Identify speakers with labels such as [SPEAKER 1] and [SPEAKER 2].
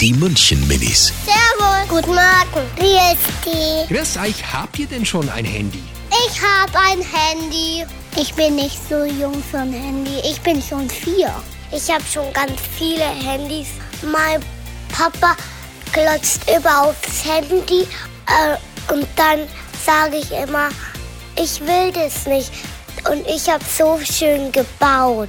[SPEAKER 1] Die München Minis.
[SPEAKER 2] Servus. Guten Morgen. Wie ist die?
[SPEAKER 3] Grüß euch, habt ihr denn schon ein Handy?
[SPEAKER 2] Ich habe ein Handy. Ich bin nicht so jung für ein Handy. Ich bin schon vier. Ich habe schon ganz viele Handys. Mein Papa klotzt immer aufs Handy äh, und dann sage ich immer, ich will das nicht. Und ich habe so schön gebaut.